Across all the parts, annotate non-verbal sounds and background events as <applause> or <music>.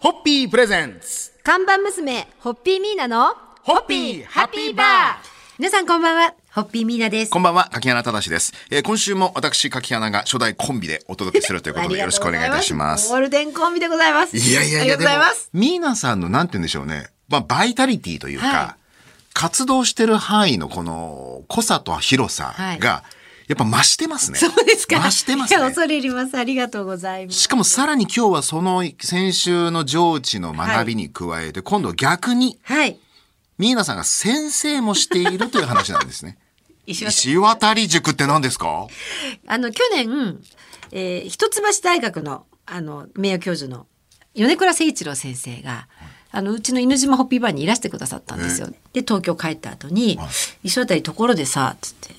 ホッピープレゼンツ看板娘、ホッピーミーナの、ホッピーハッピーバー皆さんこんばんは、ホッピーミーナです。こんばんは、柿花正です。えー今週も私、柿花が初代コンビでお届けするという <laughs> ことで、よろしくお願いいたしますゴ。ールデンコンビでございます。いやいやあいりや、がとうございます。でもミーナさんの、なんて言うんでしょうね。まあ、バイタリティというか、は活動してる範囲のこの、濃さと広さはいが、やっぱ増してますね。そうですか。増してますねいや、恐れ入ります。ありがとうございます。しかもさらに今日はその先週の上智の学びに加えて、今度は逆に、はい。ミーナさんが先生もしているという話なん <laughs> ですね。石橋石渡塾って何ですかあの、去年、えー、一橋大学の、あの、名誉教授の米倉誠一郎先生が、あの、うちの犬島ホッピーバーにいらしてくださったんですよ。で、東京帰った後にはい、石渡りところでさ、つって、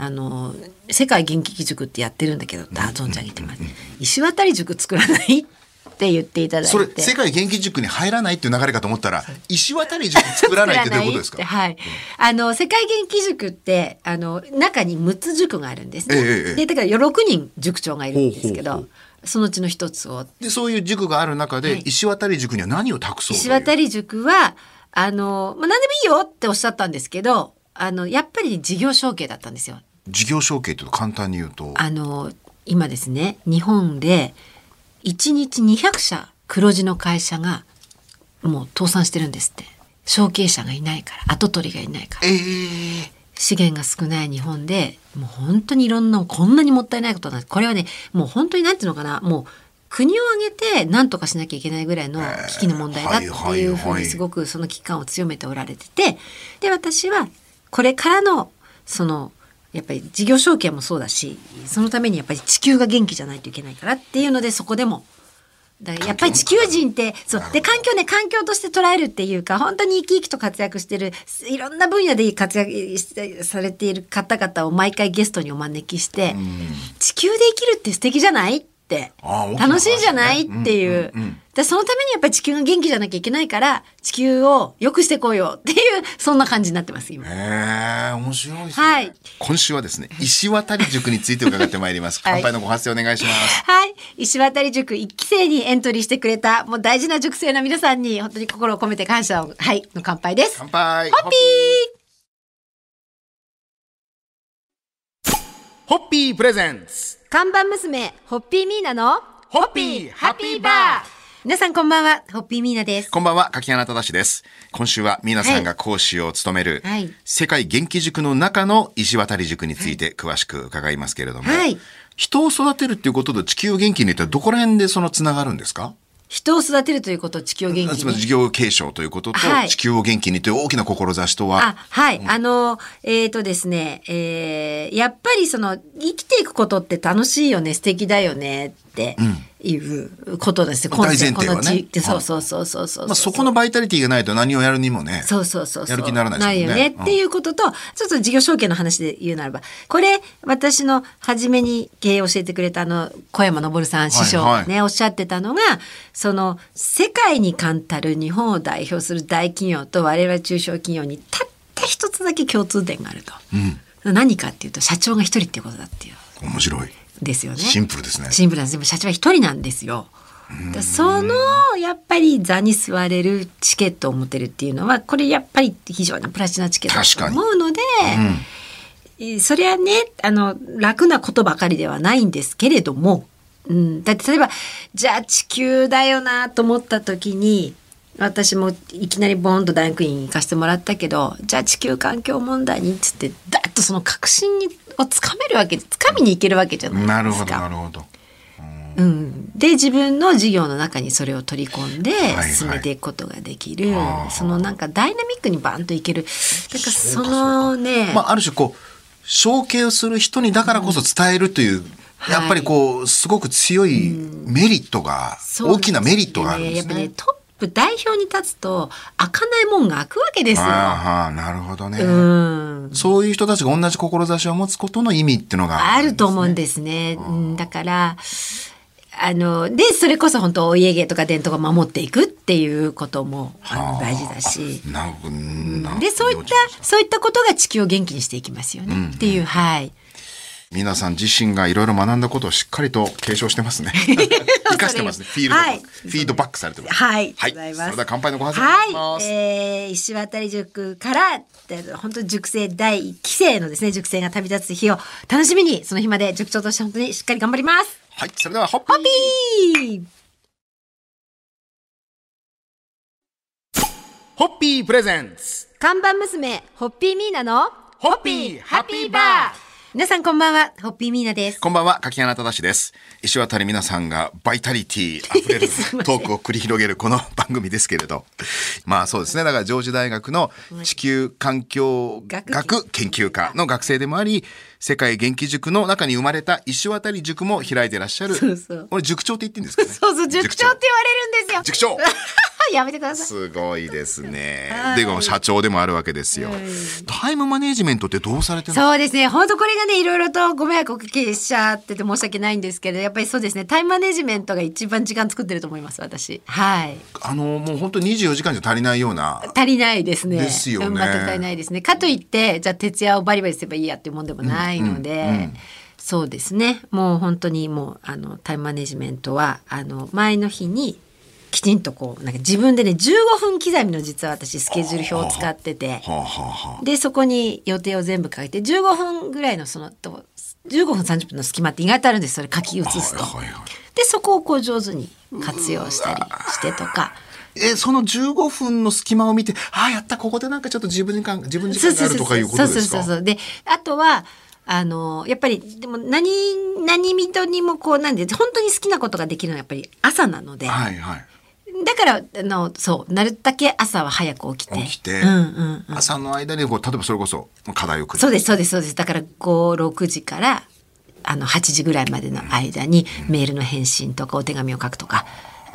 あの、世界元気義塾ってやってるんだけどって、あ存じ上げてます。石渡り塾作らないって言っていただいて。それ、世界元気塾に入らないっていう流れかと思ったら、石渡塾作らないってどういうことですか <laughs> 作らないってはい。あの、世界元気塾って、あの、中に6つ塾があるんですね。ええええで、だから6人塾長がいるんですけど、ほうほうそのうちの一つを。で、そういう塾がある中で、はい石渡塾には何を託そうとい石う渡塾は、あの、まあ、何でもいいよっておっしゃったんですけど、あの、やっぱり事業承継だったんですよ。事業承継というと簡単に言うと、あの、今ですね、日本で1日200社黒字の会社がもう倒産してるんですって。承継者がいないから、後取りがいないからえ。ー、資源が少ない日本でもう本当にいろんなこんなにもったいないことなんですこれはねもう本当になんていうのかなもう国を挙げて何とかしなきゃいけないぐらいの危機の問題だってはいはいいはいうふうにすごくその危機感を強めておられててで私はこれからのそのやっぱり事業承継もそうだしそのためにやっぱり地球が元気じゃないといけないからっていうのでそこでもだからやっぱり地球人ってそうで環境ね環境として捉えるっていうか本当に生き生きと活躍してるいろんな分野で活躍してされている方々を毎回ゲストにお招きして、地球で生きるって素敵じゃないってあー大きな話ね楽しいじゃないっていう。うんうんうんでそのためにやっぱり地球が元気じゃなきゃいけないから地球を良くしていこうよっていうそんな感じになってます今。えー、面白いですね。はい今週は <laughs> ですね、石渡塾について伺ってまいります。はい乾杯のご発声お願いします。はい。石渡塾一期生にエントリーしてくれた、もう大事な塾生の皆さんに、本当に心を込めて感謝を、はい、の乾杯です。乾杯ホッピホッピープレゼンツー看板娘、ホッピーミーナの、ホッピーハッピーバー皆さんこんばんは、ホッピーミーナです。こんばんは、柿原正です。今週は皆さんが講師を務める、はい世界元気塾の中の石渡塾について詳しく伺いますけれども、はい人を育てるっていうことと地球を元気にとはどこら辺でそのつながるんですか人を育てるということ、地球を元つ気まりに。事業継承ということと、はい地球を元気にという大きな志とあは、、はい。あの、えっ、とですね、えー、やっぱりその、生きていくことって楽しいよね、素敵だよね、っていうことですね。まあ大前提はねこの地域はいそうそうそうそうそうう。まあ、そこのバイタリティがないと何をやるにもね、そうそうそうそう。やる気にならないですもんねよね。っていうことと、ちょっと事業承継の話で言うならば、これ、私の初めに経営を教えてくれたあの、小山昇さん師匠、はいはいね、おっしゃってたのが、その、世界に冠たる日本を代表する大企業と我々中小企業にたった一つだけ共通点があると。何かっていうと、社長が一人っていうことだっていう。面白い。ですよね。シンプルですねシンプルなんです。でも社長は一人なんですよ。だそのやっぱり座に座れるチケットを持てるっていうのはこれやっぱり非常にプラチナチケットだと思うので、えーそれはねあの楽なことばかりではないんですけれども、うん、だって例えばじゃあ地球だよなと思った時に私もいきなりボーンと大学院行かせてもらったけどじゃあ地球環境問題にっつってだっとその確信にをつかめるわけつかみにいけるわけじゃなないでるすほど、か。なるほど。うん、で自分の事業の中にそれを取り込んではい進めていくことができる、はあそのなんかダイナミックにバンといけるだからそのねまあ、ある種こう承継をする人にだからこそ伝えるという、はいやっぱりこうすごく強いメリットが、そう大きなメリットがあるんですやっぱねね。トップ代表に立つと開かないもんが開くわけですよ。ああなるほどね、うんそういう人たちが同じ志を持つことの意味っていうのがあると思うんですね。うんだから、あの、で、それこそ本当お家芸とか伝統が守っていくっていうこともあの大事だし。なるほどなで、そういった、そういったことが地球を元気にしていきますよね。っていう、はい。皆さん自身がいろいろ学んだことをしっかりと継承して <laughs> ますね。 <laughs> 生かしてますね。フィールド、はいフィードバックされてます。はいはい。そござれいでますは乾杯のご発声お願いしまはい、す。えー、石渡塾からえー本当に塾生第一期生のですね塾生が旅立つ日を楽しみにその日まで塾長として本当にしっかり頑張ります。はい。それではホッピーピーホッピープレゼンツ看板娘ホッピーミーナのホッピーハッピーバー皆さんこんばんはホッピーミーナです。こんばんは、柿原忠です。石渡皆さんがバイタリティ溢れる <laughs> すいませんトークを繰り広げるこの番組ですけれど。まあそうですね。だから上智大学の地球環境学学研究科の学生でもあり、世界元気塾の中に生まれた石渡塾も開いてらっしゃる。そうそう俺塾長って言っていいんですかね。そうそう塾長って言われるんで塾す長。よ。 <laughs> やめてください。すごいですね。はいで、この社長でもあるわけですよ。タイムマネジメントってどうされてるのそうですね。本当これがね、いろいろとご迷惑をおかけしちゃってて申し訳ないんですけど、やっぱりそうですね。タイムマネジメントが一番時間作ってると思います、私。はい。あの、もう本当24時間じゃ足りないような。足りないですね。ですよねうん全く足りないですね。かといって、じゃあ徹夜をバリバリすればいいやっていうもんでもないので、そうですね。もう本当にもう、あの、タイムマネジメントは、あの、前の日に、きちんとこう、なんか自分でね、15分刻みの実は私、スケジュール表を使ってはて、あ、はあはあ、でそこに予定を全部書いて15分ぐらいのそのと15分30分の隙間って意外とあるんですそれ書き写すと。はいはいはいでそこをこう上手に活用したりしてとか。え、その15分の隙間を見て、ああ、やった、ここでなんかちょっと自分時間、自分時間があるとかいうことですかそうそうそうそうであとはあのやっぱりでも何何人にもこうなんで本当に好きなことができるのはやっぱり朝なので、はいはい。だからあのそうなるだけ朝は早く起きて起きてうんうんうん、朝の間にこう、例えばそれこそ課題をくる。そうですそうですそうですだから56時からあの8時ぐらいまでの間にメールの返信とかお手紙を書くとか、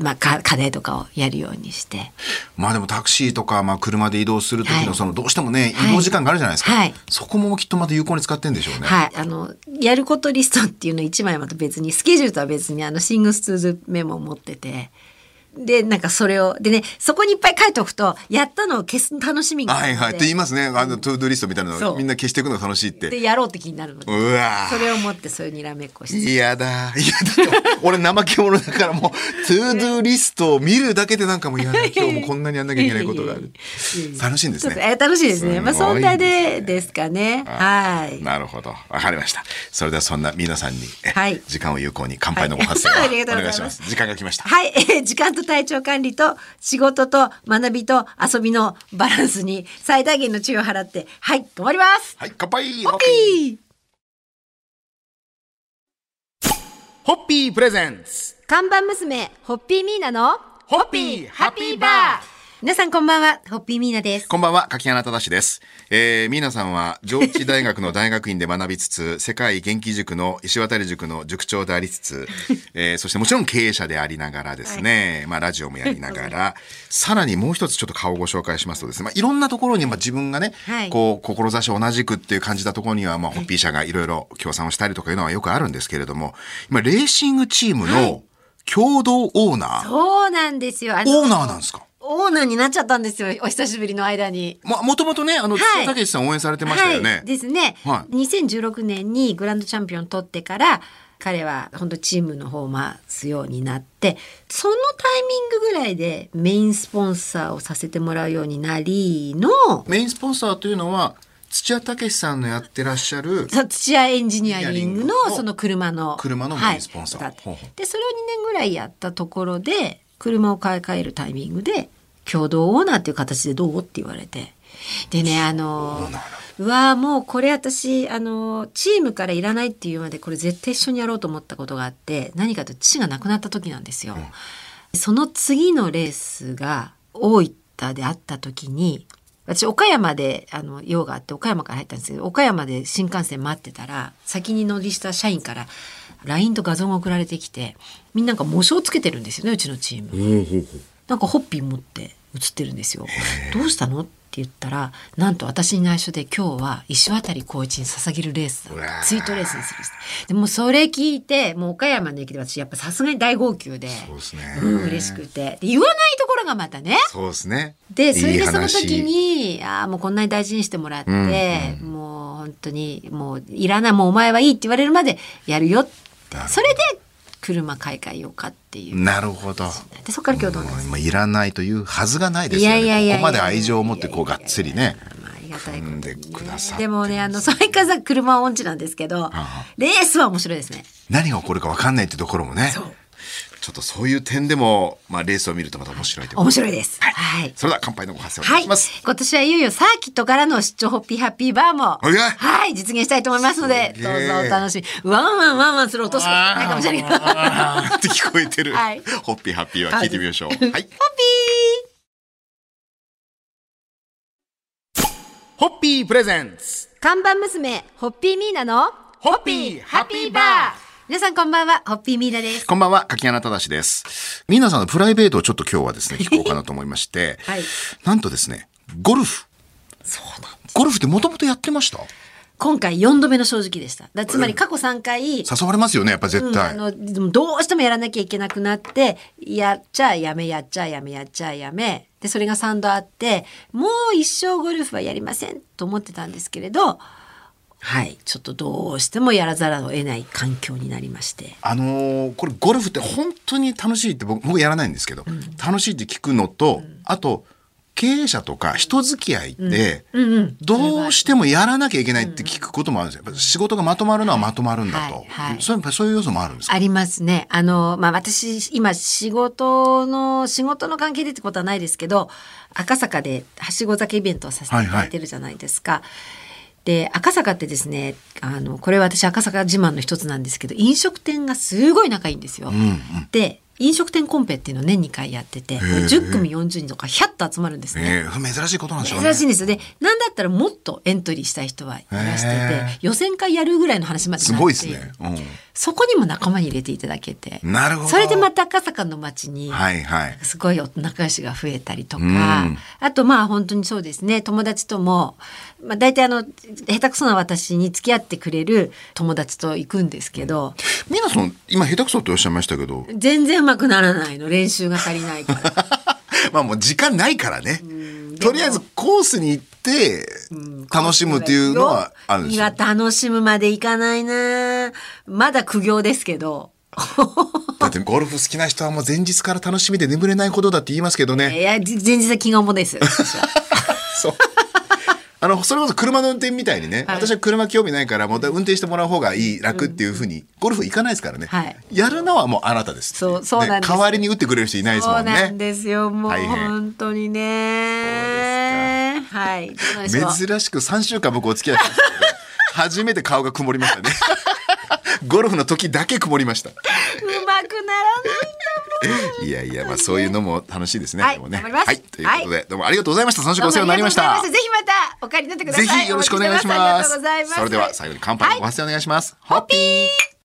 まあ、か課題とかをやるようにしてまあでもタクシーとか、まあ車で移動する時はの、いその、どうしてもね、はい移動時間があるじゃないですか。はいそこもきっとまた有効に使ってんでしょうね。はい、あのやることリストっていうの一枚また別にスケジュールとは別にあのシングスツーズメモを持ってて。で、なんかそれを、でね、そこにいっぱい書いておくと、やったのを消す楽しみがあっはて。いはい。って言いますね。あの、トゥードゥーリストみたいなその、うみんな消していくのが楽しいって。で、やろうって気になるので。うわそれを持って、そういうにらめっこして。いやだ。いやだって。俺怠け者だからもう、トゥードゥーリストを見るだけでなんかもう <laughs> 嫌だ。今日もこんなにやんなきゃいけないことがある。楽しいんですそうねそう。え楽しいですね。まあ、すごそいんなでですかね。はい。なるほど。わかりました。それではそんな皆さんに、えはい時間を有効に乾杯のご発声をはい <laughs> ありおがとうござい願まいすします。時間が来ました。はい、 <laughs> えー時間と体調管理と仕事と学びと遊びのバランスに最大限の注意を払って、はい、止まります。はい、乾杯ホッピーホッピープレゼンツ看板娘、ホッピーミーナの、ホッピーハッピーバー皆さんこんばんは、ホッピーミーナです。こんばんは、柿原忠です。えー、皆さんは、上智大学の大学院で学びつつ、 <laughs> 世界元気塾の石渡塾の塾長でありつつ、えー、そしてもちろん経営者でありながらですね、まあ、ラジオもやりながら、 <laughs> さらにもう一つちょっと顔をご紹介しますとですね、まあ、いろんなところに、まあ、自分がね、はいこう、志を同じくっていう感じたところには、まあ、ホッピー社がいろいろ協賛をしたりとかいうのはよくあるんですけれども、今、レーシングチームの共同オーナー、そうなんですよ。あのオーナーなんですかオーナーになっちゃったんですよ、お久しぶりの間に。まあ、もともとね、あの、い土田武さん応援されてましたよね。はい、ですね、はい2016年にグランドチャンピオン取ってから彼は本当チームの方を回すようになってそのタイミングぐらいでメインスポンサーをさせてもらうようになりのメインスポンサーというのは土屋武さんのやってらっしゃるさ土屋エンジニアリンエンジニアグのリングのその車の車のメインスポンサーはいだったほうほうでそれを2年ぐらいやったところで車を買い替えるタイミングで共同オーナーっていう形でどうって言われてでねあのうわーもうこれ私あのチームからいらないっていうまでこれ絶対一緒にやろうと思ったことがあって何かと父が亡くなった時なんですよ。その次のレースが大分であった時に私岡山であの用があって岡山から入ったんですけど岡山で新幹線待ってたら先に乗りした社員から LINE と画像が送られてきてみんななんか模章つけてるんですよねうちのチーム。なんかホッピー持って写ってるんですよ。どうしたのって言ったらなんと私に内緒で今日は石渡光一に捧げるレースだうわーツイートレースにするんですでもうそれ聞いてもう岡山の駅で私やっぱさすがに大号泣でそうですねうん、嬉しくてで言わないところがまたねそうですねでそれでその時いい話にああもうこんなに大事にしてもらって、もう本当にもういらないもうお前はいいって言われるまでやるよってなるほどそれで車買い替えようかっていうなるほど。でそこから今日どうなんですまあいらないというはずがないですよね。いやいやいやいやここまで愛情を持ってこうがっつりね。まあありがたいことにね組んでくださってでもねあの最近さ車は音痴なんですけどあレースは面白いですね何が起こるかわかんないってところもね。ちょっとそういう点でも、まあレースを見るとまた面白いということ面白いですはいそれでは乾杯のご発声をおは願いい。します。今年はいよいよサーキットからの出張ホッピーハッピーバーも、おいはい、実現したいと思いますので、すどうげぞえお楽しみ。ワンワンワンワンする音しかないかもしれ <laughs> ないけど。あー <laughs> って聞こえてる。はいホッピーハッピーは聞いてみましょう。はい。ホッピホッピープレゼンツ。ー看板娘、ホッピーミーナの、ホッピーハッピーバー皆さんこんばんは、ホッピーミーナです。こんばんは、柿穴正です。皆さんのプライベートをちょっと今日はですね、聞こうかなと思いまして、 <laughs> はいなんとですね、ゴルフ。そうなんゴルフってもともとやってました今回4度目の正直でした。だつまり過去3回、誘われますよね、やっぱ絶うん、あ対。のでもどうしてもやらなきゃいけなくなってやっちゃやめやっちゃやめやっちゃやめでそれが3度あってもう一生ゴルフはやりませんと思ってたんですけれどはいちょっとどうしてもやらざるを得ない環境になりましてあのーこれゴルフって本当に楽しいって僕僕やらないんですけど、楽しいって聞くのと、あと経営者とか人付き合いって、うんうんどうしてもやらなきゃいけないって聞くこともあるんですよ。やっぱ仕事がまとまるのはまとまるんだと。はいはいそうやっぱそういう要素もあるんですかありますね。あの、まあ、私、今、仕事の、仕事の関係でってことはないですけど、赤坂で、はしご酒イベントをさせていただいてるじゃないですか。で、赤坂ってですね、あの、これ私、赤坂自慢の一つなんですけど、飲食店がすごい仲いいんですよ。で、飲食店コンペっていうのを年2回やってて、10組40人とか100と集まるんですね。ええ珍しいことなんでしょうね。珍しいんですよね。なんだったらもっとエントリーしたい人はいらしていへて、予選会やるぐらいの話までなってすごいですね。うんそこにも仲間に入れていただけて。なるほどそれでまた赤坂の街に、はいはい。すごいお仲良しが増えたりとか、んあとまあ本当にそうですね、友達とも、まあ大体あの、下手くそな私に付き合ってくれる友達と行くんですけど、ミナさん、今下手くそっておっしゃいましたけど、全然うまくならないの、練習が足りないから。まあもう時間ないからね。とりあえずコースに行って、 <laughs> 楽しむっていうのはあるんですいよや、。楽しむまでいかないなまだ苦行です <laughs> けど。だってゴルフ好きな人はもう前日から楽しみで眠れないほどだって言いますけどね。いや、じ前日は気が重いです。私は <laughs> そう。あの、それこそ車の運転みたいにね、はい私は車興味ないから、もう運転してもらう方がいい、楽っていうふうに、ゴルフ行かないですからね。はいやるのはもうあなたです。そうそうなんです代わりに打ってくれる人いないですもそうんなね。んですよ。もう大変本当にね。はい。どうなんでしょう珍しく3週間僕お付き合いしてましたけど、初めて顔が曇りま <laughs> したね。ゴルフの時だけ曇りました。うまくならない。いやいや、まあそういうのも楽しいですね。はいでもね頑張りますはい。ということで、どうもありがとうございました。三色お世話になりましどうもたあ。りがとうございましたぜひまたお帰りになってくだぜさい。ひよろしくお願いしお待まちす。してありがとうございます。それでは最後に乾杯のはいお発声お願いします。ホッピー